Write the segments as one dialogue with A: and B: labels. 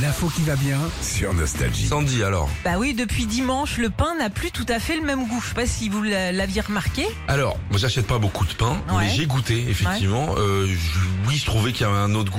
A: L'info qui va bien sur Nostalgie.
B: Sandy alors.
C: Bah oui, depuis dimanche, le pain n'a plus tout à fait le même goût. Je sais pas si vous l'a- l'aviez remarqué.
B: Alors, moi j'achète pas beaucoup de pain, mais
C: Ouais.
B: j'ai goûté effectivement. Euh, je- oui, je trouvais qu'il y avait un autre goût.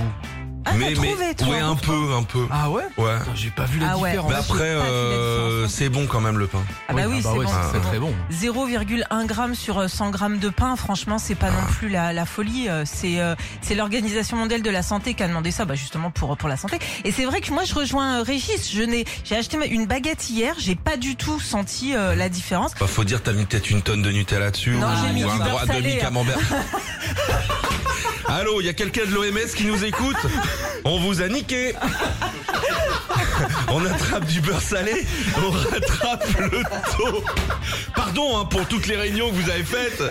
C: Ah,
B: mais
C: t'as
B: mais
C: trouvé, toi,
B: ouais, un
C: pourtant.
B: peu, un peu.
D: Ah ouais
B: Ouais.
D: Putain, J'ai pas vu la
C: Ah ouais.
D: différence.
B: Mais après,
C: Ah, tu l'as dit,
B: euh,
C: c'est un
B: c'est bon quand même le pain.
C: Ah bah oui, c'est
D: ouais,
C: bon,
D: c'est
C: c'est
D: très, très bon.
C: 0,1 gramme sur euh, 100 grammes de pain, franchement, c'est pas non
D: Ah.
C: plus la, la folie. Euh, C'est euh, c'est l'Organisation mondiale de la santé qui a demandé ça, bah justement pour pour la santé. Et c'est vrai que moi, je rejoins euh, Régis. Je n'ai j'ai acheté ma- une baguette hier, j'ai pas du tout senti euh, la différence.
B: Bah, faut dire, t'as mis peut-être une tonne de Nutella dessus
C: Non, j'ai
B: ou,
C: mis
B: ou
C: du
B: un
C: beurre
B: droit
C: salé,
B: demi
C: hein.
B: camembert. Allô, il y a quelqu'un de l'OMS qui nous écoute On vous a niqué On attrape du beurre salé, on rattrape le taux. Pardon hein, pour toutes les réunions que vous avez faites.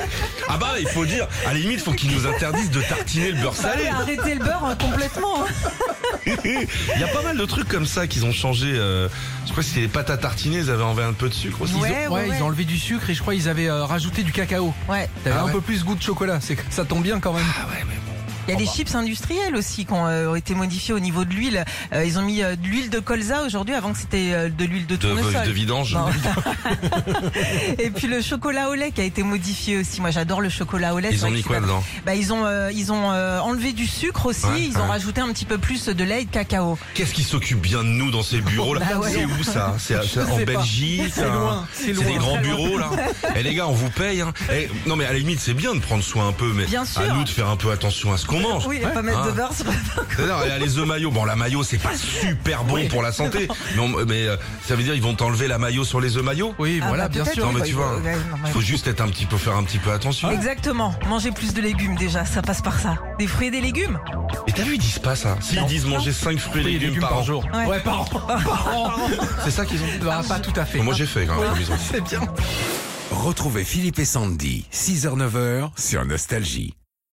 B: Ah bah il faut dire, à la limite, faut qu'ils nous interdisent de tartiner le beurre
C: Bah
B: salé.
C: oui, arrêtez le beurre euh, complètement. hein.
B: Il y a pas mal de trucs comme ça qu'ils ont changé. euh, je crois que c'était les pâtes à tartiner, ils avaient enlevé un peu de sucre aussi.
C: Ouais,
D: ils ont,
C: ouais, ouais.
D: ils ont enlevé du sucre et je crois ils avaient euh, rajouté du cacao.
C: Ouais.
D: T'avais
B: Ah ouais.
D: un peu plus goût de chocolat. C'est que ça tombe bien quand même.
B: Ah ouais, mais bon.
C: Il y a des chips industriels aussi qui ont, euh, ont été modifiés au niveau de l'huile. Euh, ils ont mis euh, de l'huile de colza aujourd'hui, avant que c'était euh, de l'huile de
B: De,
C: tournesol.
B: de vidange.
C: Non. Et puis le chocolat au lait qui a été modifié aussi. Moi, j'adore le chocolat au lait. C'est
B: Ils ont
C: vrai
B: mis
C: que
B: quoi
C: c'est pas-
B: dedans
C: bah, ils ont, euh, ils ont euh, enlevé du sucre aussi.
B: Ouais,
C: ils
B: ouais.
C: ont rajouté un petit peu plus de lait et de cacao.
B: Qu'est-ce qui s'occupe bien de nous dans ces bureaux là
C: Bah ouais.
B: C'est où ça C'est
D: Je
B: c'est en
D: sais pas.
B: Belgique
D: C'est
B: hein
D: loin, c'est
B: C'est
D: loin.
B: des grands bureaux là. Eh les gars, on vous paye. hein. Eh, non mais à la limite, c'est bien de prendre soin un peu, mais
C: Bien
B: à
C: sûr.
B: nous de faire un peu attention à ce qu'on mange.
C: Oui, et pas mettre
B: Ah.
C: de beurre sur la pain.
B: C'est-à-dire, eh, les œufs maillots. Bon, la maillot, c'est pas super bon pour la santé. Mais, on- mais, euh, ça veut dire ils vont t'enlever la maillot sur les œufs maillots
D: Oui,
C: Ah,
D: voilà,
C: bah,
D: bien
C: peut-être,
D: sûr.
B: Non, mais
C: oui,
B: tu
C: bah,
B: vois,
C: ouais, non, mais-
B: Faut juste être un petit peu, faire un petit peu attention.
C: Exactement. Manger plus de légumes déjà, ça passe par ça. Des fruits et des légumes.
B: Et t'as vu, ils disent pas ça. Si, ils disent manger 5 fruits et
D: Oui,
B: légumes, par, jour.
D: jour.
C: Ouais.
D: Ouais, par an. Par an. C'est ça qu'ils ont dit. Bah, pas tout à fait.
B: Moi, j'ai fait quand même. ils ont-
D: c'est bien.
A: Retrouvez Philippe et Sandy, 6h-9h sur Nostalgie.